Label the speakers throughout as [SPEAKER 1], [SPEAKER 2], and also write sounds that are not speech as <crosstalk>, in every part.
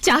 [SPEAKER 1] 家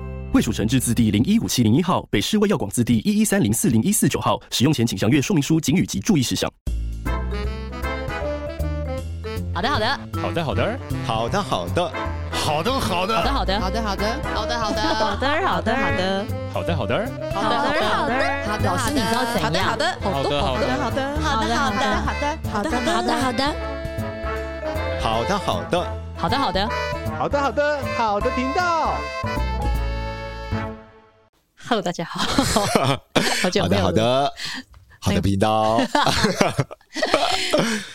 [SPEAKER 2] 卫蜀成字字第零一五七零一号，北市卫药广字第一一三零四零一四九号。使用前请详阅说明书、警语及注意事项。
[SPEAKER 3] 好的，好的，
[SPEAKER 4] 好的，好的，
[SPEAKER 5] 好的，好
[SPEAKER 4] 好
[SPEAKER 5] 的，
[SPEAKER 4] 的，好
[SPEAKER 3] 好的，好的，
[SPEAKER 4] 的，
[SPEAKER 6] 好的，好的，好的，
[SPEAKER 1] 好的，好
[SPEAKER 6] 好的，
[SPEAKER 1] 的，好的。
[SPEAKER 4] 好的，好的，
[SPEAKER 6] 好的，好的，好的，好的，
[SPEAKER 3] 老师，你知道怎样？
[SPEAKER 6] 好的，好的，
[SPEAKER 3] 好多，好
[SPEAKER 4] 好的
[SPEAKER 3] 多，
[SPEAKER 6] 好的，
[SPEAKER 3] 好的，好的，
[SPEAKER 6] 好的，好
[SPEAKER 3] 好
[SPEAKER 6] 的，
[SPEAKER 3] 的，好的，好的，
[SPEAKER 5] 好的，好的，
[SPEAKER 3] 好的，好的，
[SPEAKER 5] 好的，好的，好的频道。
[SPEAKER 3] Hello，大家好，好久
[SPEAKER 5] 好
[SPEAKER 3] 没
[SPEAKER 5] 的，
[SPEAKER 3] 有
[SPEAKER 5] 好
[SPEAKER 3] 录。
[SPEAKER 5] 的，好的频道。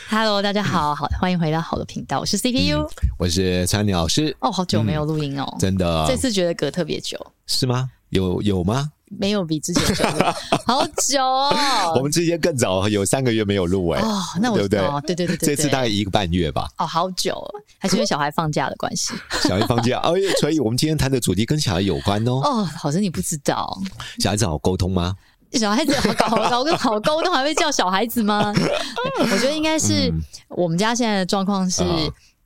[SPEAKER 3] Hello，大家好，好欢迎回到好的频道，我是 CPU。
[SPEAKER 5] 我是川鸟老师，
[SPEAKER 3] 哦，好久没有录音哦，
[SPEAKER 5] 嗯真的
[SPEAKER 3] 这次觉得隔特别久，
[SPEAKER 5] 是吗？有有吗？
[SPEAKER 3] 没有比之前
[SPEAKER 5] <laughs>
[SPEAKER 3] 久了，好久
[SPEAKER 5] 我
[SPEAKER 3] 哦。
[SPEAKER 5] 们之前更早有三个月没有录哎，
[SPEAKER 3] 哦，那我
[SPEAKER 5] 对不对
[SPEAKER 3] 哦对对对对，
[SPEAKER 5] 这次
[SPEAKER 3] 对
[SPEAKER 5] 大概一个半月吧，
[SPEAKER 3] 哦，好久哦，还是因为小孩放假的关系。
[SPEAKER 5] 小孩放假，哎，所以我们今天谈的主题跟小孩有关哦。
[SPEAKER 3] 哦，老师你不知道，
[SPEAKER 5] 小孩子好沟通吗？
[SPEAKER 3] 小孩子好搞好搞好沟通，还会叫小孩子
[SPEAKER 5] <laughs>
[SPEAKER 3] 吗？我觉得应该是、
[SPEAKER 5] 嗯
[SPEAKER 3] 我们家现在的状况是
[SPEAKER 5] 啊。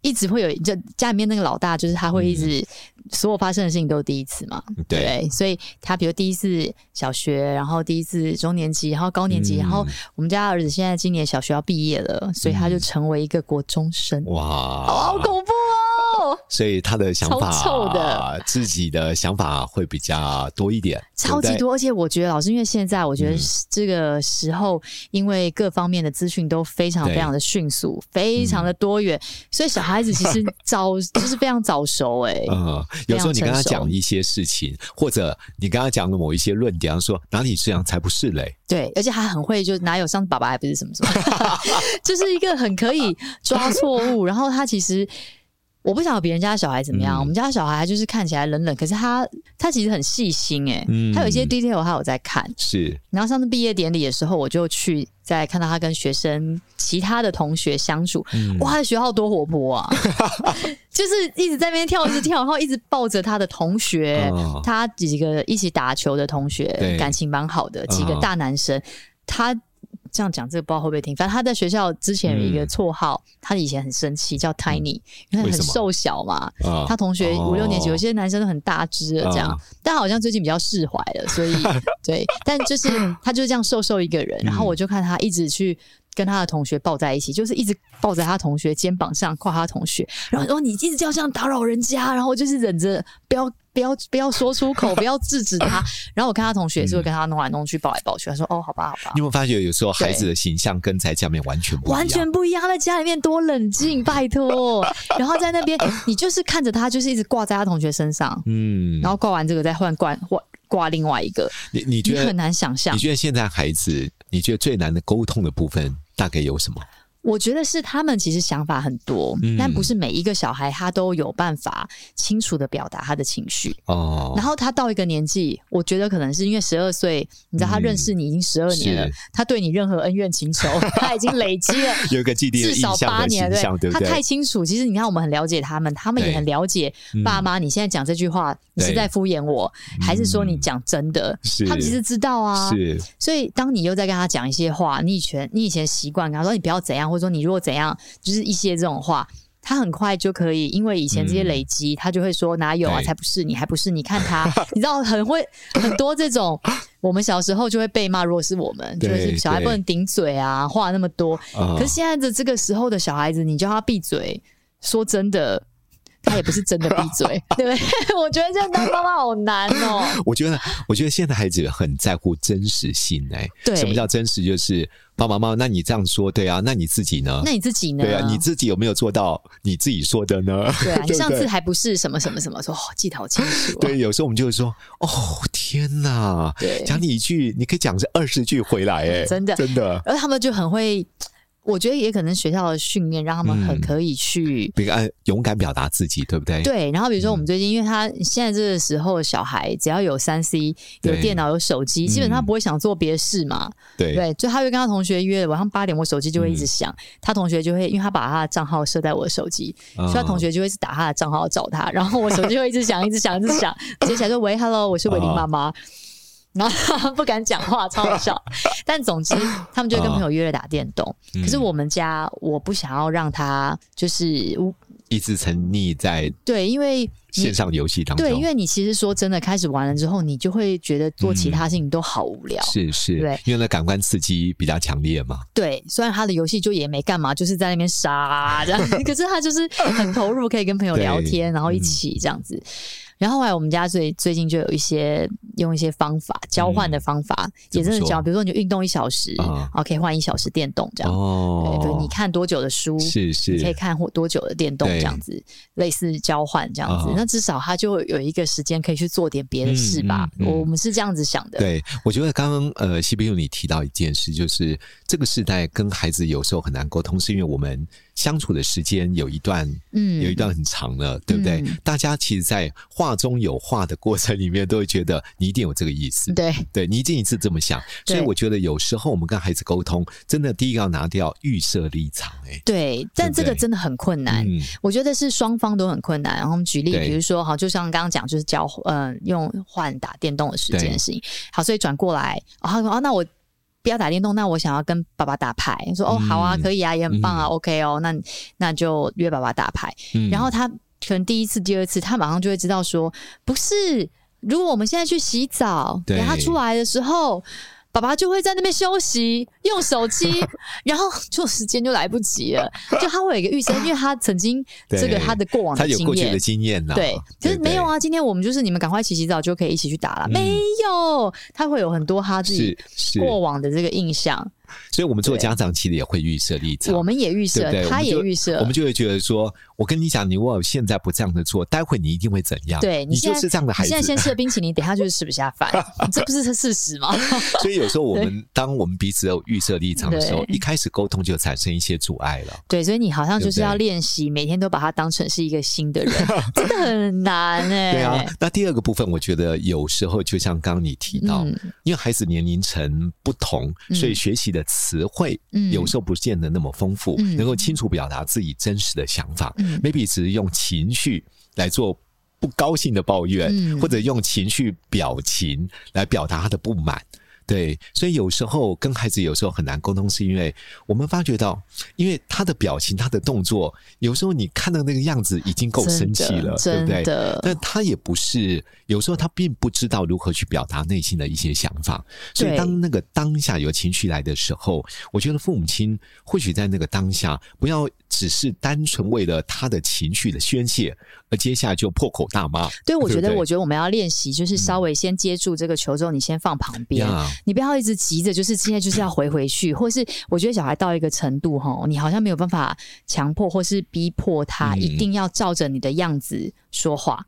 [SPEAKER 3] 一直会有，就家里面那个老大，就是他会一直、所有发生的事情都是第一次嘛，
[SPEAKER 5] 嗯对
[SPEAKER 3] 不所以他比如第一次小学，然后第一次中年级，然后高年级，
[SPEAKER 5] 嗯
[SPEAKER 3] 然后我们家儿子现在今年小学要毕业了，所以他就
[SPEAKER 5] 嗯
[SPEAKER 3] 成为一个国中生，
[SPEAKER 5] 哇
[SPEAKER 3] 好，恐怖哦，
[SPEAKER 5] 所以他的想法，
[SPEAKER 3] 超臭的
[SPEAKER 5] 自己的想法会比较多一点，
[SPEAKER 3] 超级
[SPEAKER 5] 对不对。
[SPEAKER 3] 多，而且我觉得老师，因为现在我觉得
[SPEAKER 5] 嗯
[SPEAKER 3] 这个时候，因为各方面的资讯都非常
[SPEAKER 5] 对嗯
[SPEAKER 3] 非常的迅速，非常的多元，所以小孩子其
[SPEAKER 5] <laughs>
[SPEAKER 3] 实早就是非常早熟哎、
[SPEAKER 5] 嗯，有时候你跟他
[SPEAKER 3] 非常成熟
[SPEAKER 5] 讲一些事情，或者你跟他讲了某一些论点，他说哪里这样才不是嘞？
[SPEAKER 3] 对，而且他很会，就哪有像爸爸还不是什么什么， <laughs> 就是一个很可以抓错
[SPEAKER 5] <laughs>
[SPEAKER 3] 误，然后他其实。我不晓得别人家的小孩怎么样，
[SPEAKER 5] 嗯
[SPEAKER 3] 我们家的小孩就是看起来冷冷，可是他他其实很细心哎、
[SPEAKER 5] 嗯
[SPEAKER 3] 他有一些 detail 他有在看，
[SPEAKER 5] 是，
[SPEAKER 3] 然后上次毕业典礼的时候，我就去在看到他跟学生其他的同学相处，
[SPEAKER 5] 嗯
[SPEAKER 3] 哇，他的学校多活泼
[SPEAKER 5] <laughs>
[SPEAKER 3] 啊！就是一直在那边跳，一直跳，然后一直抱着他的同学，
[SPEAKER 5] 哦
[SPEAKER 3] 他几个一起打球的同学
[SPEAKER 5] 对，
[SPEAKER 3] 感情蛮好的，几个
[SPEAKER 5] 嗯
[SPEAKER 3] 大男生，他。这样讲，这个不知道会不会听。反正他在学校之前有一个
[SPEAKER 5] 嗯绰
[SPEAKER 3] 绰号，他以前很生气，叫 Tiny，、因为
[SPEAKER 5] 为
[SPEAKER 3] 很
[SPEAKER 5] 什么
[SPEAKER 3] 瘦小嘛。
[SPEAKER 5] 啊
[SPEAKER 3] 他同学五六年级，有
[SPEAKER 5] 哦
[SPEAKER 3] 些男生都很大只的这样，
[SPEAKER 5] 嗯
[SPEAKER 3] 但好像最近比较释怀了，所
[SPEAKER 5] <laughs>
[SPEAKER 3] 以对，但就是他就是这样瘦瘦一个人，然
[SPEAKER 5] 嗯
[SPEAKER 3] 后我就看他一直去。跟他的同学抱在一起，就是一直抱在他同学肩膀上，夸他同学，然后说你一直这样这样打扰人家，然后我就是忍着不要不要不要说出
[SPEAKER 5] <laughs>
[SPEAKER 3] 口，不要制止他。然后我看他同学也是会跟他弄来弄去，抱来抱去，他说哦，好吧，好吧
[SPEAKER 5] 嗯你，有没有发觉有时候孩子的形象跟在家里面完全不一样？
[SPEAKER 3] 完全不一样。他在家里面多冷静，拜
[SPEAKER 5] <laughs>
[SPEAKER 3] 托。然后在那边，你就是看着他，就是一直挂在他同学身上，
[SPEAKER 5] 嗯，
[SPEAKER 3] 然
[SPEAKER 5] 后
[SPEAKER 3] 后挂完这个再换挂挂挂另外一个，
[SPEAKER 5] 你你觉
[SPEAKER 3] 你
[SPEAKER 5] 得
[SPEAKER 3] 很难想象
[SPEAKER 5] 你。觉得现在孩子，你觉得最难的沟通的部分大概有什么？
[SPEAKER 3] 我觉得是他们其实想法很多，
[SPEAKER 5] 嗯
[SPEAKER 3] 但不是每一个小孩他都有办法清楚的表达他的情绪。
[SPEAKER 5] 哦，
[SPEAKER 3] 然后他到一个年纪，我觉得可能是因为十二岁，你知道他
[SPEAKER 5] 嗯
[SPEAKER 3] 认识你已经十二年了，
[SPEAKER 5] 是
[SPEAKER 3] 他对你任何恩怨
[SPEAKER 5] <laughs>
[SPEAKER 3] 情仇，他已经累积了。
[SPEAKER 5] 有一个既定的
[SPEAKER 3] 至
[SPEAKER 5] 印
[SPEAKER 3] 少
[SPEAKER 5] 象
[SPEAKER 3] 八
[SPEAKER 5] 和
[SPEAKER 3] 年，
[SPEAKER 5] 形象，对不
[SPEAKER 3] 他
[SPEAKER 5] 对？
[SPEAKER 3] 太清楚。其实你看，我们很了解他们，他们也
[SPEAKER 5] 对嗯
[SPEAKER 3] 很了解爸妈。你现在讲这句话，你是
[SPEAKER 5] 对嗯
[SPEAKER 3] 在敷衍我，还是说你讲真的？
[SPEAKER 5] 是
[SPEAKER 3] 他们其实知道啊。
[SPEAKER 5] 是
[SPEAKER 3] 所以，当你又在跟他讲一些话，你以前你以前习惯跟他说你不要怎样，或者说你如果怎样，就是一些这种话，他很快就可以，因为以前这些累积，他就会说哪有啊，
[SPEAKER 5] 嗯对
[SPEAKER 3] 才不是你，还不是你看他，你知道很会 <laughs> 很多这种。我们小时候就会被骂，如果是我们，就
[SPEAKER 5] 对
[SPEAKER 3] 是小孩
[SPEAKER 5] 对
[SPEAKER 3] 不能顶嘴啊，话那么多。
[SPEAKER 5] 啊
[SPEAKER 3] 可是现在的这个时候的小孩子，你叫他闭嘴，说真的，他也不是真的闭
[SPEAKER 5] <laughs>
[SPEAKER 3] 嘴，对不对？我觉得这样当妈妈好难哦。
[SPEAKER 5] 我觉得，我觉得现在孩子很在乎真实性、哎，
[SPEAKER 3] 对
[SPEAKER 5] 什么叫真实？就是爸爸妈妈，那你这样说，对啊，那你自己呢？
[SPEAKER 3] 那你自己呢？
[SPEAKER 5] 对啊，你自己有没有做到你自己说的呢？
[SPEAKER 3] <laughs>
[SPEAKER 5] <laughs>
[SPEAKER 3] 对啊，你
[SPEAKER 5] 不
[SPEAKER 3] 上次还不是什么什么什么说，哦记得好清楚、哦。
[SPEAKER 5] 对，有时候我们就会说，哦，天哪
[SPEAKER 3] 对，
[SPEAKER 5] 讲你一句，你可以讲这二十句回来、哎，
[SPEAKER 3] 真的
[SPEAKER 5] 真的，
[SPEAKER 3] 然后他们就很会，我觉得也可能学校的训练让他们很
[SPEAKER 5] 嗯
[SPEAKER 3] 可以去、
[SPEAKER 5] 比较勇敢表达自己，对不对？
[SPEAKER 3] 对，然后比如说我们最近，因为他现在这个时候，小孩只要有三 C、有
[SPEAKER 5] 对嗯
[SPEAKER 3] 电脑、有手机，基本上他不会想做别的事嘛。
[SPEAKER 5] 对嗯
[SPEAKER 3] 对，所以他会跟他同学约晚上八点，我手机就会一直响，他同学就会，因为他把他的账号设在我的手机，
[SPEAKER 5] 嗯
[SPEAKER 3] 所以他同学就会一直打他的账号找他，然后我手机就会一直响，一直响，一直响，接起来说喂，hello，我是伟林妈妈。然后他不敢讲话，超好笑。但总之，他们就会跟朋友约了打电动。
[SPEAKER 5] 嗯
[SPEAKER 3] 可是我们家，我不想要让他就是
[SPEAKER 5] 一直沉溺在
[SPEAKER 3] 对，因为你
[SPEAKER 5] 线上游戏当中，
[SPEAKER 3] 对，因为你其实说真的，开始玩了之后，你就会觉得做其他事情都好无聊。
[SPEAKER 5] 是是
[SPEAKER 3] 对，
[SPEAKER 5] 因为那感官刺激比较强烈嘛。
[SPEAKER 3] 对，虽然他的游戏就也没干嘛，就是在那边杀啊这样， <laughs> 可是他就是很投入，可以跟朋友聊天，
[SPEAKER 5] 对嗯
[SPEAKER 3] 然后一起这样子。然后后来我们家最最近就有一些用一些方法交换的方法，也真
[SPEAKER 5] 嗯怎
[SPEAKER 3] 的
[SPEAKER 5] 么
[SPEAKER 3] 交，
[SPEAKER 5] 说
[SPEAKER 3] 比如说你就运动一小时，
[SPEAKER 5] 啊
[SPEAKER 3] 然后可以换一小时电动这样。
[SPEAKER 5] 哦，
[SPEAKER 3] 对，就是你看多久的书，
[SPEAKER 5] 是是
[SPEAKER 3] 你可以看或多久的电动这
[SPEAKER 5] 对
[SPEAKER 3] 样子，类似交换这样子，
[SPEAKER 5] 啊
[SPEAKER 3] 那至少他就有一个时间可以去做点别的事吧。
[SPEAKER 5] 嗯嗯嗯
[SPEAKER 3] 我们是这样子想的，
[SPEAKER 5] 对，我觉得刚刚呃，CPU 你提到一件事，就是这个时代跟孩子有时候很难沟通，是因为我们相处的时间有一段
[SPEAKER 3] 嗯，
[SPEAKER 5] 有一段很长了，对不对
[SPEAKER 3] 嗯？
[SPEAKER 5] 大家其实，在话中有话的过程里面，都会觉得你一定有这个意思，
[SPEAKER 3] 对
[SPEAKER 5] 对你一定是这么想。所以
[SPEAKER 3] 对
[SPEAKER 5] 我觉得有时候我们跟孩子沟通，真的第一个要拿掉预设立场、哎，
[SPEAKER 3] 对，但这个真的很困难。
[SPEAKER 5] 嗯，
[SPEAKER 3] 我觉得是双方都很困难。然后我们举例，
[SPEAKER 5] 对
[SPEAKER 3] 比如说，好，就像刚刚讲，就是交呃用换打电动的时间
[SPEAKER 5] 对
[SPEAKER 3] 事情。好，所以转过来，然后说哦，那我不要打电动，那我想要跟爸爸打牌。说哦，好啊，
[SPEAKER 5] 嗯
[SPEAKER 3] 可以啊，也很棒啊、o k 哦，那那就约爸爸打牌。
[SPEAKER 5] 嗯
[SPEAKER 3] 然后他可能第一次、第二次，他马上就会知道说，不是，如果我们现在去洗澡，
[SPEAKER 5] 对
[SPEAKER 3] 等他出来的时候。爸爸就会在那边休息，用手
[SPEAKER 5] <laughs>
[SPEAKER 3] 机，然后就时间就来不及了。就他会有一个预设，因为他曾经
[SPEAKER 5] 对
[SPEAKER 3] 这个他的过往
[SPEAKER 5] 他
[SPEAKER 3] 的
[SPEAKER 5] 有
[SPEAKER 3] 经
[SPEAKER 5] 过去
[SPEAKER 3] 验
[SPEAKER 5] 的，经验啦，
[SPEAKER 3] 对，就是
[SPEAKER 5] 不
[SPEAKER 3] 没有。啊。今天我们就是你们赶快一起洗澡就可以一起去打了，没有，他会有很多他自己
[SPEAKER 5] 是嗯是，
[SPEAKER 3] 过往的这个印象。
[SPEAKER 5] 所以我们做
[SPEAKER 3] 对
[SPEAKER 5] 家长其实也会预设立场，
[SPEAKER 3] 我们也预
[SPEAKER 5] 对
[SPEAKER 3] 设
[SPEAKER 5] 不对？，
[SPEAKER 3] 他也
[SPEAKER 5] 我们就
[SPEAKER 3] 预设，
[SPEAKER 5] 我们就会觉得说，我跟你讲，你如果现在不这样的做，待会你一定会怎样？
[SPEAKER 3] 对
[SPEAKER 5] 啊你
[SPEAKER 3] 现
[SPEAKER 5] 就
[SPEAKER 3] 在
[SPEAKER 5] 是这样的孩
[SPEAKER 3] 你
[SPEAKER 5] 子
[SPEAKER 3] 现。在先吃了冰淇淋，等一下就是吃不下
[SPEAKER 5] <laughs>
[SPEAKER 3] 饭，这不是事实吗？
[SPEAKER 5] 所以有时候我
[SPEAKER 3] <laughs>
[SPEAKER 5] 们当我们彼此有预设立场的时候，一开始沟通就产生一些阻碍了。
[SPEAKER 3] 对，所以你好像就是要
[SPEAKER 5] 对不
[SPEAKER 3] 练习，每天都把它当成是一个新
[SPEAKER 5] <laughs>
[SPEAKER 3] 的人，真的很难哎、
[SPEAKER 5] 对啊，那第二个部分，我觉得有时候就像刚刚你提到，
[SPEAKER 3] 嗯
[SPEAKER 5] 因为孩子年龄层不同，
[SPEAKER 3] 嗯
[SPEAKER 5] 所以学习的词汇
[SPEAKER 3] 嗯
[SPEAKER 5] 有时候不见得那么丰富，
[SPEAKER 3] 嗯
[SPEAKER 5] 能够清楚表达自己真实的想法。
[SPEAKER 3] 嗯
[SPEAKER 5] maybe 只是用情绪来做不高兴的抱怨，
[SPEAKER 3] 嗯
[SPEAKER 5] 或者用情绪表情来表达他的不满。对，所以有时候跟孩子有时候很难沟通，是因为我们发觉到，因为他的表情、他的动作，有时候你看到那个样子已经够生气了，对
[SPEAKER 3] 真
[SPEAKER 5] 不
[SPEAKER 3] 的真
[SPEAKER 5] 对？
[SPEAKER 3] 的
[SPEAKER 5] 但他也不是，有时候他并不知道如何去表达内心的一些想法，所以
[SPEAKER 3] 对
[SPEAKER 5] 当那个当下有情绪来的时候，我觉得父母亲或许在那个当下，不要只是单纯为了他的情绪的宣泄，而接下来就破口大骂。
[SPEAKER 3] 对，我觉
[SPEAKER 5] 不嗯
[SPEAKER 3] 得，我觉得我们要练习，就是稍微先接住这个球之后，你先放旁边，
[SPEAKER 5] 呀
[SPEAKER 3] 你不要一直急着，就是现在就是要回回去，或是我觉得小孩到一个程度哈，你好像没有办法强迫或是逼迫他
[SPEAKER 5] 嗯
[SPEAKER 3] 一定要照着你的样子说话。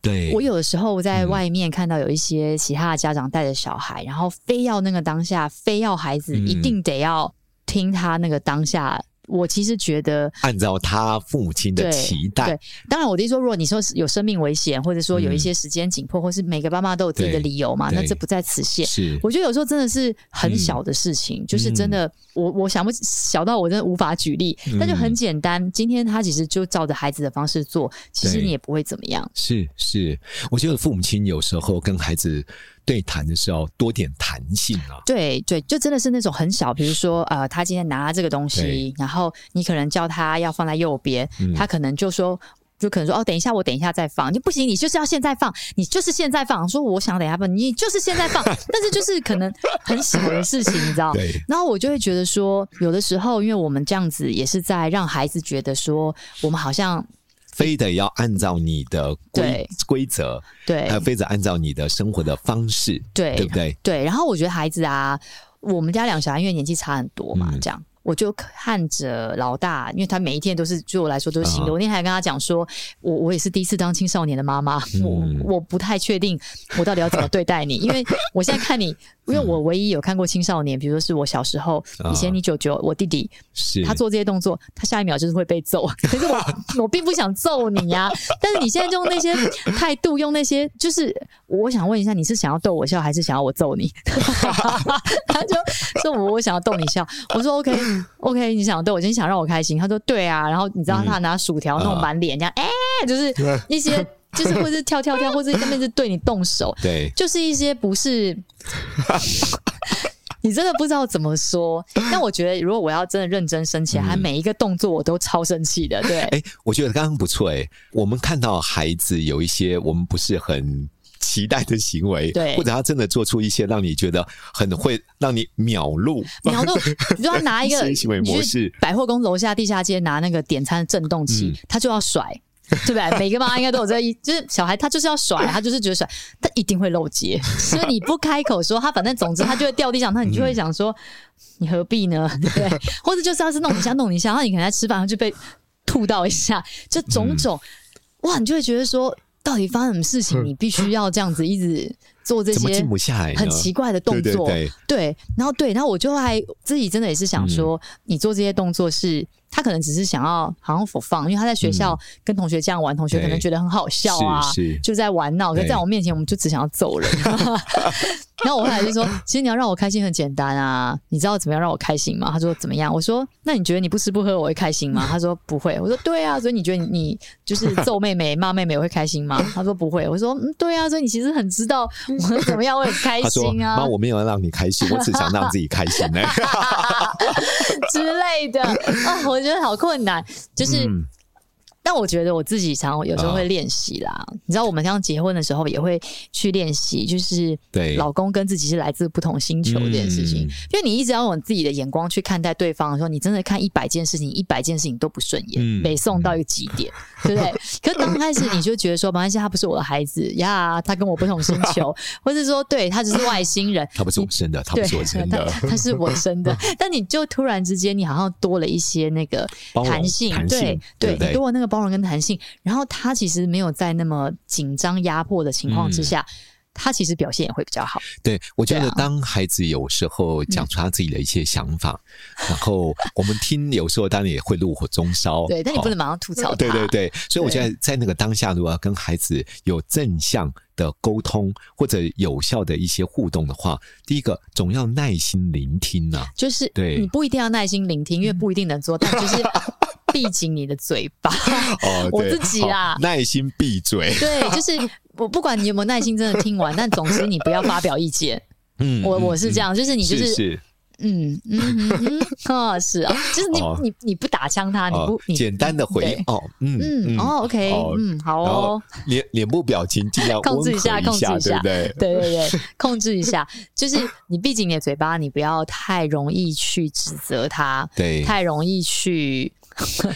[SPEAKER 5] 对，
[SPEAKER 3] 我有的时候在
[SPEAKER 5] 嗯
[SPEAKER 3] 外面看到有一些其他的家长带着小孩，然后非要那个当下，非要孩子
[SPEAKER 5] 嗯
[SPEAKER 3] 一定得要听他那个当下。我其实觉得，
[SPEAKER 5] 按照他父母亲的
[SPEAKER 3] 对
[SPEAKER 5] 期待
[SPEAKER 3] 对，当然我的意思说，如果你说是有生命危险，或者说有一些时间紧迫，或是每个爸妈都有自己的
[SPEAKER 5] 嗯对
[SPEAKER 3] 理由嘛，
[SPEAKER 5] 对
[SPEAKER 3] 那这不在此限。
[SPEAKER 5] 是嗯
[SPEAKER 3] 我觉得有时候真的是很小的事情，就是真的，我我想不小到我真的无法举例，但就
[SPEAKER 5] 嗯
[SPEAKER 3] 很简单。今天他其实就照着孩子的方式做，其实
[SPEAKER 5] 对
[SPEAKER 3] 你也不会怎么样。
[SPEAKER 5] 是是，我觉得父母亲有时候跟孩子对谈的时候多点弹性啊。
[SPEAKER 3] 对对，就真的是那种很小，比如说呃，他今天拿这个东西
[SPEAKER 5] 对，
[SPEAKER 3] 然后你可能叫他要放在右边，
[SPEAKER 5] 嗯
[SPEAKER 3] 他可能就说。就可能说哦，等一下，我等一下再放，就不行，你就是要现在放，你就是现在放。说我想等一下放，你就是现在放，但是就是可能很小的事情，你知道？
[SPEAKER 5] <laughs> 对，
[SPEAKER 3] 然后我就会觉得说，有的时候，因为我们这样子也是在让孩子觉得说，我们好像
[SPEAKER 5] 非得要按照你的规
[SPEAKER 3] 对
[SPEAKER 5] 规则，
[SPEAKER 3] 对
[SPEAKER 5] 还有非得按照你的生活的方式，
[SPEAKER 3] 对
[SPEAKER 5] 对不对？
[SPEAKER 3] 对，然后我觉得孩子啊，我们家两个小孩因为年纪差很多嘛，
[SPEAKER 5] 嗯
[SPEAKER 3] 这样我就看着老大，因为他每一天都是对我来说都是新的。
[SPEAKER 5] 啊
[SPEAKER 3] 我那天还跟他讲说，我我也是第一次当青少年的妈妈，
[SPEAKER 5] 嗯
[SPEAKER 3] 我我不太确定我到底要怎么对待
[SPEAKER 5] <laughs>
[SPEAKER 3] 你，因为我现在看你，因为我唯一有看过青少年，比如说是我小时候，
[SPEAKER 5] 啊
[SPEAKER 3] 以前你九九，我弟弟
[SPEAKER 5] 是
[SPEAKER 3] 他做这些动作，他下一秒就是会被揍。可是我我并不想揍你呀、但是你现在用那些态度，用那些就是，我想问一下，你是想要逗我笑，还是想要我揍你？ <laughs> 他就说我我想要逗你笑，我说 OK OK，你想要逗我，你想让我开心。他说对啊，然后你知道他拿薯条弄满脸这样，哎、就是一些就是或是跳跳跳，或是根本是对你动手，
[SPEAKER 5] 对
[SPEAKER 3] 就是一些不是，你真的不知道怎么说。但我觉得，如果我要真的认真生气，他每一个动作我都超生气的。对，
[SPEAKER 5] 哎、我觉得刚刚不错哎、我们看到孩子有一些我们不是很期待的行为，
[SPEAKER 3] 对
[SPEAKER 5] 或者他真的做出一些让你觉得很会让你秒录，
[SPEAKER 3] <laughs> 秒录，你就要拿一个
[SPEAKER 5] <laughs> 行为模式嗯
[SPEAKER 3] 你去百货公司楼下地下街拿那个点餐震动器，他就要甩。对不
[SPEAKER 5] <laughs>
[SPEAKER 3] 对？每个妈妈应该都有这一，就是小孩他就是要甩，他就是觉得甩，他一定会漏接。所以你不开口说，他反正总之他就会掉地上，那你就会想说，你何必呢？ <laughs> 对，或者就是要是弄一下弄一下，然后你可能在吃饭，然后就被吐到一下，就种种，
[SPEAKER 5] 嗯
[SPEAKER 3] 哇，你就会觉得说，到底发生什么事情？你必须要这样子一直做这
[SPEAKER 5] 怎么
[SPEAKER 3] 些
[SPEAKER 5] 静不下来呢？
[SPEAKER 3] 很奇怪的动
[SPEAKER 5] 对
[SPEAKER 3] 作，
[SPEAKER 5] 对对
[SPEAKER 3] 对，然后对，然后我就还自己真的也是
[SPEAKER 5] 嗯
[SPEAKER 3] 想说，你做这些动作是他可能只是想要好像 for fun，因为他在学校跟同学这样玩，同学可能
[SPEAKER 5] 嗯对
[SPEAKER 3] 觉得很好笑啊，
[SPEAKER 5] 是
[SPEAKER 3] <laughs>
[SPEAKER 5] 是
[SPEAKER 3] 就在玩闹。可
[SPEAKER 5] 对
[SPEAKER 3] 在我面前，我们就只想要揍
[SPEAKER 5] <laughs>
[SPEAKER 3] 人。 <laughs> 然后我后来就说，其实你要让我开心很简单啊，你知道怎么样让我开心吗？他说怎么样？我说那你觉得你不吃不喝我会开心吗？他说不会。我说对啊，所以你觉得你你
[SPEAKER 5] <laughs>
[SPEAKER 3] 就是揍妹妹骂妹妹我会开心吗？他说不会。我说嗯对啊，所以你其实很知道
[SPEAKER 5] <laughs>
[SPEAKER 3] 我怎么样我很开
[SPEAKER 5] 他说：“
[SPEAKER 3] 心啊。
[SPEAKER 5] 妈，我没有要让你开心，我只想让自己开心
[SPEAKER 3] <laughs>
[SPEAKER 5] 哎、
[SPEAKER 3] 之类
[SPEAKER 5] <laughs>
[SPEAKER 3] 的啊，我觉得好困难。就是，
[SPEAKER 5] 嗯啊
[SPEAKER 3] 但我觉得我自己常有时候会练习啦。你知道，我们像结婚的时候也会去练习，就是
[SPEAKER 5] 对
[SPEAKER 3] 老公跟自己是来自不同星球这件事情。
[SPEAKER 5] 嗯
[SPEAKER 3] 因为你一直要用自己的眼光去看待对方的时候，你真的看一百件事情，一百件事情都不顺眼，
[SPEAKER 5] 嗯
[SPEAKER 3] 北宋到一个极点，对不对？ <laughs> 可是刚开始你就觉得说，没关系，他不是我的孩子呀，他跟我不同星
[SPEAKER 5] <laughs>
[SPEAKER 3] 球，或是说，对他只是外星人，
[SPEAKER 5] 他不是我生的，他不是我生的，
[SPEAKER 3] 他是我生
[SPEAKER 5] <laughs>
[SPEAKER 3] 的。但你就突然之间，你好像多了一些那个
[SPEAKER 5] 包容
[SPEAKER 3] 弹性，
[SPEAKER 5] 弹
[SPEAKER 3] 对
[SPEAKER 5] 性对不对
[SPEAKER 3] 你多了那个包容跟弹性。然后他其实没有在那么紧张压迫的情况之下，
[SPEAKER 5] 嗯
[SPEAKER 3] 他其实表现也会比较好。
[SPEAKER 5] 对，我觉
[SPEAKER 3] 对
[SPEAKER 5] 得
[SPEAKER 3] 啊
[SPEAKER 5] 当孩子有时候讲出他自己的一些想法，
[SPEAKER 3] <laughs>
[SPEAKER 5] 然后我们听，有时候当然也会怒火中烧。
[SPEAKER 3] 对，但你
[SPEAKER 5] 好
[SPEAKER 3] 不能马上吐槽他。
[SPEAKER 5] 哦对对对，所以我
[SPEAKER 3] 对
[SPEAKER 5] 觉得在那个当下，如果要跟孩子有正向的沟通或者有效的一些互动的话，第一个总要耐心聆听啊呐、
[SPEAKER 3] 就是
[SPEAKER 5] 对
[SPEAKER 3] 你不一定要耐心聆听，因为不一定能做
[SPEAKER 5] <laughs>
[SPEAKER 3] 到，但就是闭紧你的嘴巴。 <laughs> <laughs>
[SPEAKER 5] 哦
[SPEAKER 3] 我
[SPEAKER 5] 对
[SPEAKER 3] 自己
[SPEAKER 5] 好
[SPEAKER 3] 啦
[SPEAKER 5] 耐心闭嘴。
[SPEAKER 3] 对，就是我不管你有没有耐心真的听完，但总之你不要发表意见。
[SPEAKER 5] 嗯
[SPEAKER 3] 我我是这
[SPEAKER 5] 样，
[SPEAKER 3] 样，就是你就是
[SPEAKER 5] 是
[SPEAKER 3] 嗯嗯嗯， <laughs> 嗯，啊，是啊，就是你
[SPEAKER 5] 哦
[SPEAKER 3] 你你不打枪他，你
[SPEAKER 5] 哦
[SPEAKER 3] 不你
[SPEAKER 5] 简单的回应
[SPEAKER 3] 对
[SPEAKER 5] 哦，嗯
[SPEAKER 3] 嗯哦，OK，
[SPEAKER 5] 哦
[SPEAKER 3] 嗯，好
[SPEAKER 5] 然后
[SPEAKER 3] 哦，
[SPEAKER 5] 脸脸部表情尽量
[SPEAKER 3] 控制一
[SPEAKER 5] 温和
[SPEAKER 3] 下控制一
[SPEAKER 5] 对
[SPEAKER 3] 下
[SPEAKER 5] 不
[SPEAKER 3] <laughs>
[SPEAKER 5] 对？
[SPEAKER 3] 对对对，控制一下，就是你闭紧你的嘴巴，你不要太容易去指责他，
[SPEAKER 5] <laughs> 对，
[SPEAKER 3] 太容易去 <laughs> 不知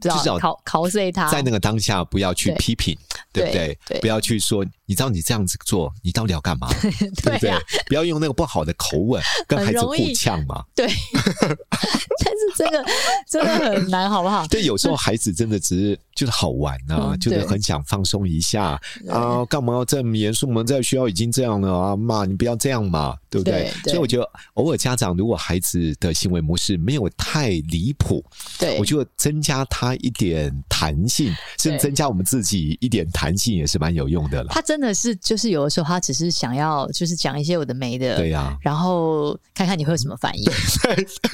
[SPEAKER 5] 至
[SPEAKER 3] 道
[SPEAKER 5] 少
[SPEAKER 3] 考考碎他，
[SPEAKER 5] 在那个当下不要去
[SPEAKER 3] 对
[SPEAKER 5] 批评，对不对
[SPEAKER 3] 对？对
[SPEAKER 5] 不要去说，你知道你这样子做，你到底要
[SPEAKER 3] <laughs>
[SPEAKER 5] 干嘛？对不
[SPEAKER 3] 对
[SPEAKER 5] 对
[SPEAKER 3] 啊，？
[SPEAKER 5] 不要用那个不好的口
[SPEAKER 3] <laughs>
[SPEAKER 5] 吻跟
[SPEAKER 3] 很
[SPEAKER 5] 孩子
[SPEAKER 3] 容
[SPEAKER 5] 互
[SPEAKER 3] 易
[SPEAKER 5] 呛嘛。
[SPEAKER 3] 但是这个真的很难，好不好？
[SPEAKER 5] 对，有时候孩子真的只是就是好玩啊，
[SPEAKER 3] 嗯
[SPEAKER 5] 就是
[SPEAKER 3] 对
[SPEAKER 5] 很想放松一下啊，干嘛要这么严肃？我们在学校已经这样了啊，妈，你不要这样嘛，对不
[SPEAKER 3] 对对
[SPEAKER 5] 所以我觉得，偶尔家长如果孩子的行为模式没有太离谱，
[SPEAKER 3] 对
[SPEAKER 5] <laughs> 我，觉得增加他一点弹性，甚
[SPEAKER 3] 对
[SPEAKER 5] 至增加我们自己一点弹性也是蛮有用的啦。
[SPEAKER 3] 他真的是就是有的时候他只是想要就是讲一些有的没的，
[SPEAKER 5] 对呀、
[SPEAKER 3] 然后看看你会有什么反应。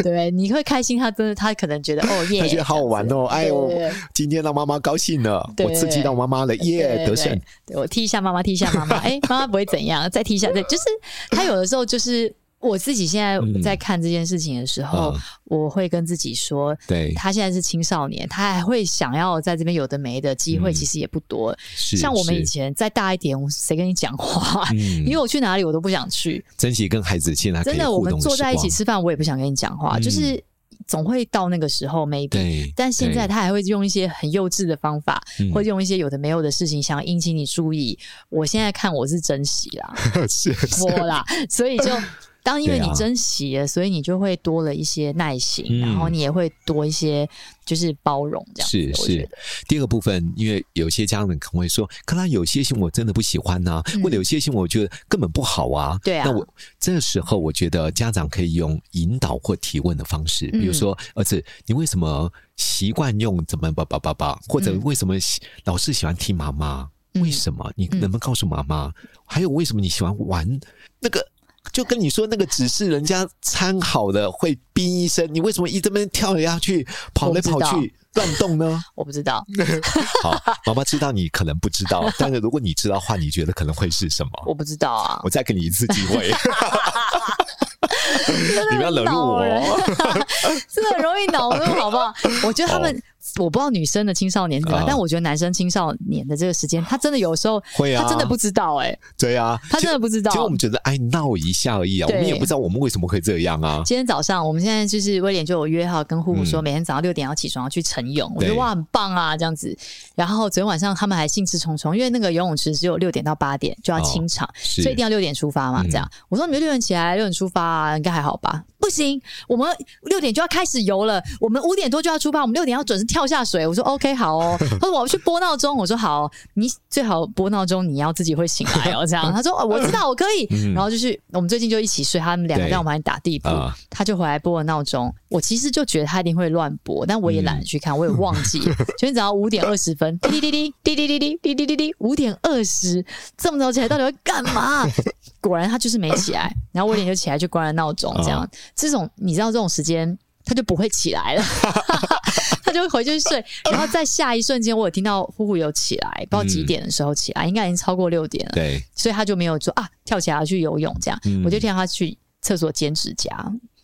[SPEAKER 3] 对，你会开心，他真的，他可能觉得
[SPEAKER 5] <laughs>
[SPEAKER 3] 哦耶，
[SPEAKER 5] 他觉得好好玩哦，哎呦
[SPEAKER 3] 对对，
[SPEAKER 5] 今天让妈妈高兴了，
[SPEAKER 3] 对
[SPEAKER 5] 我刺激到妈妈了，
[SPEAKER 3] 对
[SPEAKER 5] 耶，
[SPEAKER 3] 对
[SPEAKER 5] 得胜
[SPEAKER 3] 对，对我踢一下妈妈，踢一下
[SPEAKER 5] <laughs>
[SPEAKER 3] 妈妈，哎，妈妈不会怎样，再踢一下，对，就是他有的时候就是。我自己现在在看这件事情的时候，
[SPEAKER 5] 嗯
[SPEAKER 3] 我会跟自己说，
[SPEAKER 5] 对
[SPEAKER 3] 他现在是青少年，他还会想要在这边有的没的机会，
[SPEAKER 5] 嗯
[SPEAKER 3] 其实也不多。
[SPEAKER 5] 是
[SPEAKER 3] 像我们以
[SPEAKER 5] 是
[SPEAKER 3] 前再大一点，我谁跟你讲话？
[SPEAKER 5] 嗯
[SPEAKER 3] 因为我去哪里我都不想去，
[SPEAKER 5] 珍惜跟孩子现在可以
[SPEAKER 3] 真的，我
[SPEAKER 5] 互
[SPEAKER 3] 们
[SPEAKER 5] 动
[SPEAKER 3] 坐在一起
[SPEAKER 5] 时
[SPEAKER 3] 吃饭，我也不想跟你讲话，
[SPEAKER 5] 嗯
[SPEAKER 3] 就是总会到那个时候
[SPEAKER 5] 光
[SPEAKER 3] maybe。
[SPEAKER 5] 对，
[SPEAKER 3] 但现在
[SPEAKER 5] 对
[SPEAKER 3] 他还会用一些很幼稚的方法，
[SPEAKER 5] 嗯
[SPEAKER 3] 或者用一些有的没有的事情，想要引起你注意。我现在看我是珍惜啦，
[SPEAKER 5] <laughs> 是
[SPEAKER 3] 我啦，所以就当因为
[SPEAKER 5] 对
[SPEAKER 3] 你
[SPEAKER 5] 啊
[SPEAKER 3] 珍惜了，所以你就会多了一些耐心，
[SPEAKER 5] 嗯
[SPEAKER 3] 然后你也会多一些就是包容，这样子
[SPEAKER 5] 是
[SPEAKER 3] 我觉
[SPEAKER 5] 是
[SPEAKER 3] 得，
[SPEAKER 5] 第二个部分，因为有些家人可能会说，可他有些新闻我真的不喜欢呐、
[SPEAKER 3] 嗯
[SPEAKER 5] 或者有些新闻我觉得根本不好啊。
[SPEAKER 3] 对啊
[SPEAKER 5] 那我这时候我觉得家长可以用引导或提问的方式，
[SPEAKER 3] 嗯
[SPEAKER 5] 比如说、儿子，你为什么习惯用怎么叭叭叭叭，或者
[SPEAKER 3] 嗯
[SPEAKER 5] 为什么喜老是喜欢听妈妈？
[SPEAKER 3] 嗯
[SPEAKER 5] 为什么？你能不能告诉妈妈？还有为什么你喜欢玩那个？就跟你说，那个只是人家参好的，会逼医生。你为什么一这边跳来跳去，跑来
[SPEAKER 3] 我不知
[SPEAKER 5] 跑
[SPEAKER 3] 道
[SPEAKER 5] 去，乱动呢？
[SPEAKER 3] 我不知道，
[SPEAKER 5] 好，妈妈知道你可能不知道，但是如果你知道的话，你觉得可能会是什么？
[SPEAKER 3] 我不知道啊，
[SPEAKER 5] 我再给你一次机会， <laughs> 你不要惹怒
[SPEAKER 3] 恼
[SPEAKER 5] <laughs>
[SPEAKER 3] 人
[SPEAKER 5] 我。
[SPEAKER 3] 真的很容易恼怒，好不好？我觉得他们，我不知道女生的青少年怎么样，
[SPEAKER 5] 哦啊
[SPEAKER 3] 但我觉得男生青少年的这个时间，他真的有时候
[SPEAKER 5] 会啊
[SPEAKER 3] 他真的不知道哎、
[SPEAKER 5] 对啊，
[SPEAKER 3] 他真的不知道
[SPEAKER 5] 其实我们觉得哎闹一下而已啊，我
[SPEAKER 3] 对
[SPEAKER 5] 们也不知道我们为什么会这样啊。
[SPEAKER 3] 今天早上，我们现在就是威廉就有约好跟呼呼说，
[SPEAKER 5] 嗯
[SPEAKER 3] 每天早上六点要起床要去晨泳，我觉得
[SPEAKER 5] 对
[SPEAKER 3] 哇很棒啊这样子。然后昨天晚上他们还兴致冲冲，因为那个游泳池只有六点到八点
[SPEAKER 5] 哦
[SPEAKER 3] 就要清场，
[SPEAKER 5] 是
[SPEAKER 3] 所以一定要六点出发嘛。
[SPEAKER 5] 嗯
[SPEAKER 3] 这样、我说你们六点起来，六点出发、啊、应该还好吧？不行，我们六点就要开始游了，我们五点多就要出发，我们六点要准时跳下水。我说 OK 好
[SPEAKER 5] <laughs>
[SPEAKER 3] 哦，他说我要去拨闹钟，我说好哦，你最好拨闹钟，你要自己会醒来哦这
[SPEAKER 5] <laughs>
[SPEAKER 3] 样。他说、哦、我知道我可以，
[SPEAKER 5] 嗯
[SPEAKER 3] 然后就是我们最近就一起睡，他们两个
[SPEAKER 5] 对
[SPEAKER 3] 在我们旁边打地铺。
[SPEAKER 5] 啊
[SPEAKER 3] 他就回来拨了闹钟。我其实就觉得他一定会乱拨，但我也懒得去看，我也忘记。昨天早上五点二十分，滴滴滴滴滴滴滴滴滴滴滴，五点二十，这么早起来到底要干嘛？果然他就是没起来，然后我一点就起来就关了闹钟，这样。这种你知道这种时间。他就不会起来了，他就会回去睡，然后在下一瞬间，我有听到呼呼有起来，不知道几点的时候起来，应该已经超过六点了。
[SPEAKER 5] 对，
[SPEAKER 3] 所以他就没有说啊跳起来要去游泳这样，
[SPEAKER 5] 嗯
[SPEAKER 3] 我就听到他去厕所剪指甲，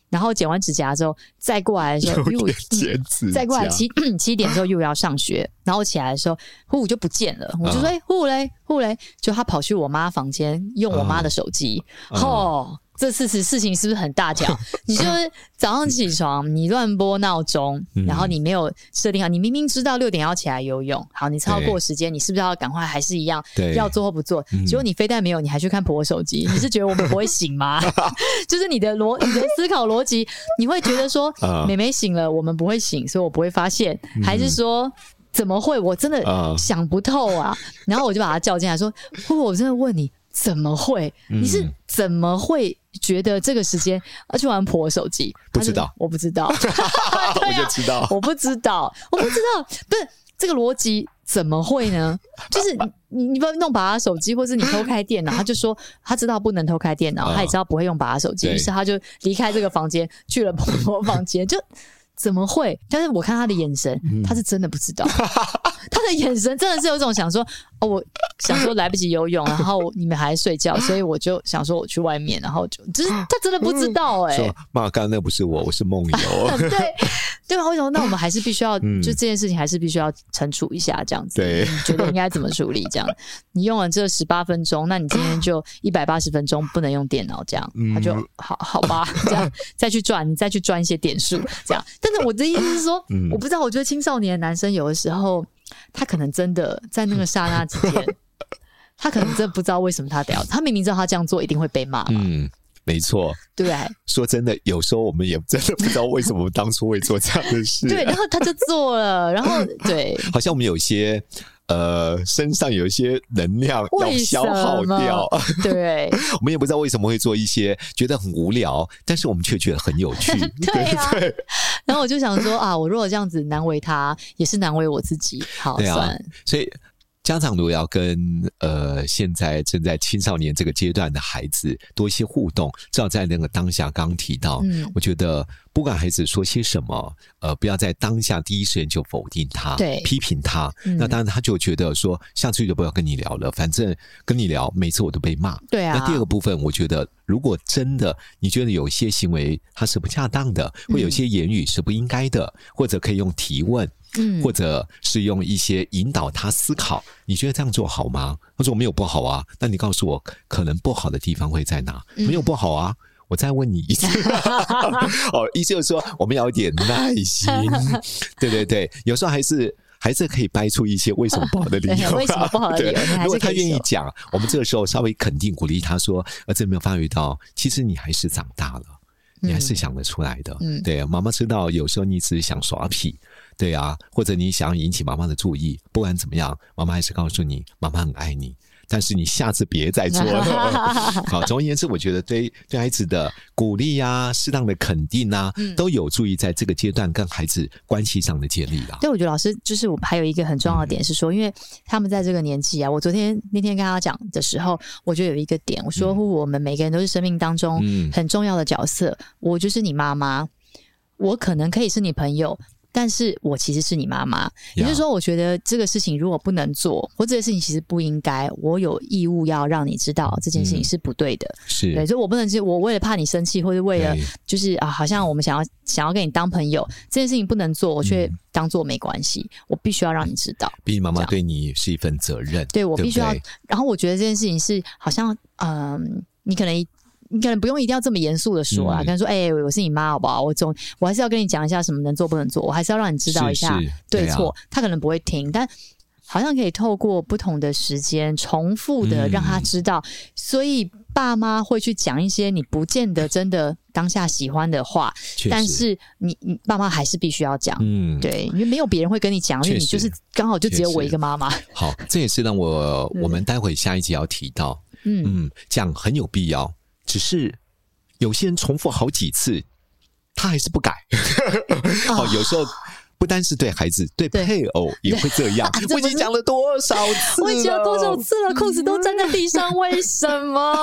[SPEAKER 3] 然后剪完指甲之后再过来的
[SPEAKER 5] <laughs>
[SPEAKER 3] 哎时候，又
[SPEAKER 5] 剪指
[SPEAKER 3] 再过来
[SPEAKER 5] 甲
[SPEAKER 3] 七 <clears throat> 七点之后又要上学，然后我起来的时候，呼呼就不见了，我就说
[SPEAKER 5] 啊
[SPEAKER 3] 哎呼呼嘞呼呼嘞，就他跑去我妈房间用我妈的手机，
[SPEAKER 5] 啊
[SPEAKER 3] 哦。这次事事情是不是很大条？ <laughs> 你就是早上起床，你乱拨闹钟，
[SPEAKER 5] 嗯
[SPEAKER 3] 然后你没有设定好，你明明知道六点要起来游泳，好，你超过
[SPEAKER 5] 对
[SPEAKER 3] 时间，你是不是要赶快还是一样
[SPEAKER 5] 对
[SPEAKER 3] 要做或不做？
[SPEAKER 5] 嗯
[SPEAKER 3] 结果你非但没有，你还去看婆婆手机，你是觉得我们不会醒吗？ <laughs> 就是你的逻，你的思考逻辑，你会觉得说
[SPEAKER 5] <laughs> 啊，嗯
[SPEAKER 3] 妹妹醒了，我们不会醒，所以我不会发现，还是说？怎么会？我真的
[SPEAKER 5] 啊
[SPEAKER 3] 想不透啊！然后我就把她叫进来，说：“呼，我真的问你，怎么会？你
[SPEAKER 5] 嗯
[SPEAKER 3] 是怎么会觉得这个时间要去玩婆婆手机？”
[SPEAKER 5] 不
[SPEAKER 3] 她就
[SPEAKER 5] 知道，
[SPEAKER 3] 我不知道， <laughs> 对
[SPEAKER 5] <laughs> 我
[SPEAKER 3] 啊
[SPEAKER 5] 就知道
[SPEAKER 3] <laughs> 我不知道，我不知道，不是这个逻辑怎么会
[SPEAKER 5] <laughs>
[SPEAKER 3] 呢？就是你你你不弄把他手机，或是你偷开电脑，他就说他知道不能偷开电脑，
[SPEAKER 5] 啊
[SPEAKER 3] 他也知道不会用把他手机，
[SPEAKER 5] 对
[SPEAKER 3] 于是他就离开这个房间，去了婆婆房间，
[SPEAKER 5] <laughs>
[SPEAKER 3] 就。怎么会？但是我看他的眼神，
[SPEAKER 5] 嗯
[SPEAKER 3] 他是真的不知
[SPEAKER 5] <laughs>
[SPEAKER 3] 道。他的眼神真的是有一种想说，哦，我想说来不及游泳，然后你们还在睡觉，所以我就想说我去外面，然后就就是他真的不知道哎、
[SPEAKER 5] 嗯说妈，刚刚那不是我，我是梦
[SPEAKER 3] <laughs>
[SPEAKER 5] 游。
[SPEAKER 3] 对对啊，为什么？那我们还是必须要，
[SPEAKER 5] 嗯
[SPEAKER 3] 就这件事情还是必须要惩处一下，这样子。
[SPEAKER 5] 对
[SPEAKER 3] 你觉得应该怎么处理？
[SPEAKER 5] <laughs>
[SPEAKER 3] 这样，你用完这十八分钟，那你今天就一百八十分钟不能用电脑，这样，
[SPEAKER 5] 嗯
[SPEAKER 3] 他就好好吧，这样再去赚，你再去赚一些点数，这样。但是我的意思是说，
[SPEAKER 5] 嗯
[SPEAKER 3] 我不知道，我觉得青少年男生有的时候，他可能真的在那个刹那之间。他可能真的不知道为什么他得要，他明明知道他这样做一定会被骂嘛，
[SPEAKER 5] 嗯，没错。
[SPEAKER 3] 对不对？
[SPEAKER 5] 说真的，有时候我们也真的不知道为什么当初会做这样的事。
[SPEAKER 3] 对，然后他就做了，然后对，
[SPEAKER 5] 好像我们有一些呃身上有一些能量要
[SPEAKER 3] 为什
[SPEAKER 5] 消
[SPEAKER 3] 么
[SPEAKER 5] 耗掉，
[SPEAKER 3] 对
[SPEAKER 5] <laughs> 我们也不知道为什么会做一些觉得很无聊，但是我们却觉得很有趣。
[SPEAKER 3] 对啊。 <laughs> 然后我就想说啊，我如果这样子难为他，也是难为我自己。好，
[SPEAKER 5] 对
[SPEAKER 3] 算
[SPEAKER 5] 啊
[SPEAKER 3] 了，
[SPEAKER 5] <laughs> 所以家长如果要跟呃现在正在青少年这个阶段的孩子多一些互动，至少在那个当下，刚刚提到，
[SPEAKER 3] 嗯
[SPEAKER 5] 我觉得不管孩子说些什么，呃，不要在当下第一时间就否定他，
[SPEAKER 3] 对
[SPEAKER 5] 批评他，
[SPEAKER 3] 嗯
[SPEAKER 5] 那当然他就觉得说下次就不要跟你聊了，反正跟你聊每次我都被骂。
[SPEAKER 3] 对啊。
[SPEAKER 5] 那第二个部分，我觉得如果真的你觉得有些行为它是不恰当的，或有些言语是不应该的，或者可以用提问，
[SPEAKER 3] 嗯
[SPEAKER 5] 或者是用一些引导他思考，你觉得这样做好吗？他说我没有不好啊，那你告诉我可能不好的地方会在哪？
[SPEAKER 3] 嗯
[SPEAKER 5] 没有不好啊。我再问你一
[SPEAKER 3] <laughs>
[SPEAKER 5] 次，
[SPEAKER 3] <laughs>
[SPEAKER 5] 哦，意思就是说我们要有点耐心，对对对，有时候还是还是可以掰出一些为什么不好的理由、啊。
[SPEAKER 3] <laughs> 对为什么不好的理由
[SPEAKER 5] 对
[SPEAKER 3] 你还是
[SPEAKER 5] 如果他
[SPEAKER 3] 可以
[SPEAKER 5] 愿意
[SPEAKER 3] 说
[SPEAKER 5] 讲，我们这个时候稍微肯定鼓励他说：“儿子有没有发觉到，其实你还是长大了。”你还是想得出来的，
[SPEAKER 3] 嗯
[SPEAKER 5] 对，妈妈知道有时候你只是想耍痞，对啊，或者你想要引起妈妈的注意，不管怎么样，妈妈还是告诉你，妈妈很爱你，但是你下次别再
[SPEAKER 3] <laughs>
[SPEAKER 5] 做了。 <laughs> 好，总而言之，我觉得对对孩子的鼓励啊，适当的肯定啊，
[SPEAKER 3] 嗯
[SPEAKER 5] 都有助于在这个阶段跟孩子关系上的建立啊。
[SPEAKER 3] 对，我觉得老师就是我们还有一个很重要的
[SPEAKER 5] 嗯
[SPEAKER 3] 点是说，因为他们在这个年纪啊，我昨天那天跟他讲的时候，我就有一个点，我说我们每个人都是生命当中
[SPEAKER 5] 嗯
[SPEAKER 3] 很重要的角色，我就是你妈妈，我可能可以是你朋友。但是我其实是你妈妈，也就是说，我觉得这个事情如果不能做，或这个事情其实不应该，我有义务要让你知道这件事情
[SPEAKER 5] 嗯
[SPEAKER 3] 是不对的。
[SPEAKER 5] 是，
[SPEAKER 3] 对，所以我不能是我为了怕你生气，或者为了
[SPEAKER 5] 对
[SPEAKER 3] 就是啊，好像我们想要想要跟你当朋友这件事情不能做，我却
[SPEAKER 5] 嗯
[SPEAKER 3] 当做没关系，我必须要让你知道。
[SPEAKER 5] 毕竟妈
[SPEAKER 3] 这
[SPEAKER 5] 妈
[SPEAKER 3] 样
[SPEAKER 5] 对你是一份责任，
[SPEAKER 3] 对我
[SPEAKER 5] 不
[SPEAKER 3] 必须要
[SPEAKER 5] 对
[SPEAKER 3] 然后我觉得这件事情是好像，嗯，你可能你可能不用一定要这么严肃的说啊，
[SPEAKER 5] 嗯
[SPEAKER 3] 跟他说，哎、我是你妈，好不好？我总我还是要跟你讲一下什么能做不能做，我还是要让你知道一下
[SPEAKER 5] 是是
[SPEAKER 3] 对
[SPEAKER 5] 对啊
[SPEAKER 3] 错。他可能不会听，但。好像可以透过不同的时间重复的
[SPEAKER 5] 嗯
[SPEAKER 3] 让他知道，所以爸妈会去讲一些你不见得真的当下喜欢的话，
[SPEAKER 5] 确
[SPEAKER 3] 但
[SPEAKER 5] 实
[SPEAKER 3] 是你你爸妈还是必须要讲，
[SPEAKER 5] 嗯，
[SPEAKER 3] 对，因为没有别人会跟你讲，因为
[SPEAKER 5] 确
[SPEAKER 3] 你就
[SPEAKER 5] 实
[SPEAKER 3] 是刚好就只有
[SPEAKER 5] 确
[SPEAKER 3] 我一
[SPEAKER 5] 实
[SPEAKER 3] 个妈妈，
[SPEAKER 5] 好，这也是让我
[SPEAKER 3] 对
[SPEAKER 5] 我们待会下一集要提到，
[SPEAKER 3] 嗯，
[SPEAKER 5] 嗯，讲很有必要，只是有些人重复好几次，他还是
[SPEAKER 3] <laughs>
[SPEAKER 5] 不改。哦，有时候不单是对孩子，对
[SPEAKER 3] 啊对啊
[SPEAKER 5] 配偶也会这
[SPEAKER 3] <laughs>
[SPEAKER 5] 样。
[SPEAKER 3] 这
[SPEAKER 5] 我
[SPEAKER 3] 不
[SPEAKER 5] 已经
[SPEAKER 3] 是
[SPEAKER 5] 讲了多少次了？
[SPEAKER 3] 我已经有多少次了，裤子都粘在地
[SPEAKER 5] 嗯
[SPEAKER 3] 上，为什么？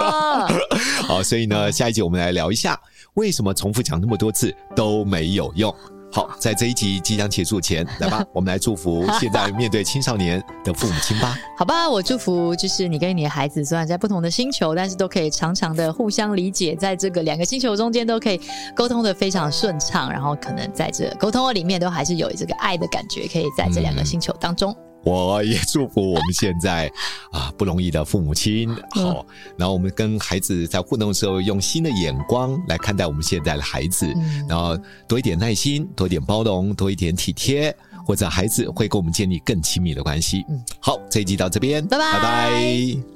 [SPEAKER 5] 好，哦所以
[SPEAKER 3] 嗯
[SPEAKER 5] 呢，下一集我们来聊一下为什么重复讲那么多次都没有用。好，在这一集即将结束前，
[SPEAKER 3] <laughs>
[SPEAKER 5] 来吧，我们来祝福现在面对青少年的父母亲吧。
[SPEAKER 3] 好吧，我祝福就是你跟你的孩子，虽然在不同的星球，但是都可以常常的互相理解，在这个两个星球中间都可以沟通的非常顺畅，然后可能在这沟通的里面都还是有这个爱的感觉，可以在这两个星球当中。
[SPEAKER 5] 我也祝福我们现在啊不容易的父母亲，
[SPEAKER 3] 嗯
[SPEAKER 5] 好，然后我们跟孩子在互动的时候，用新的眼光来看待我们现在的孩子，
[SPEAKER 3] 嗯
[SPEAKER 5] 然后多一点耐心，多一点包容，多一点体贴，
[SPEAKER 3] 嗯
[SPEAKER 5] 或者孩子会跟我们建立更亲密的关系。好，这一集到这边，
[SPEAKER 3] 拜拜
[SPEAKER 5] 拜拜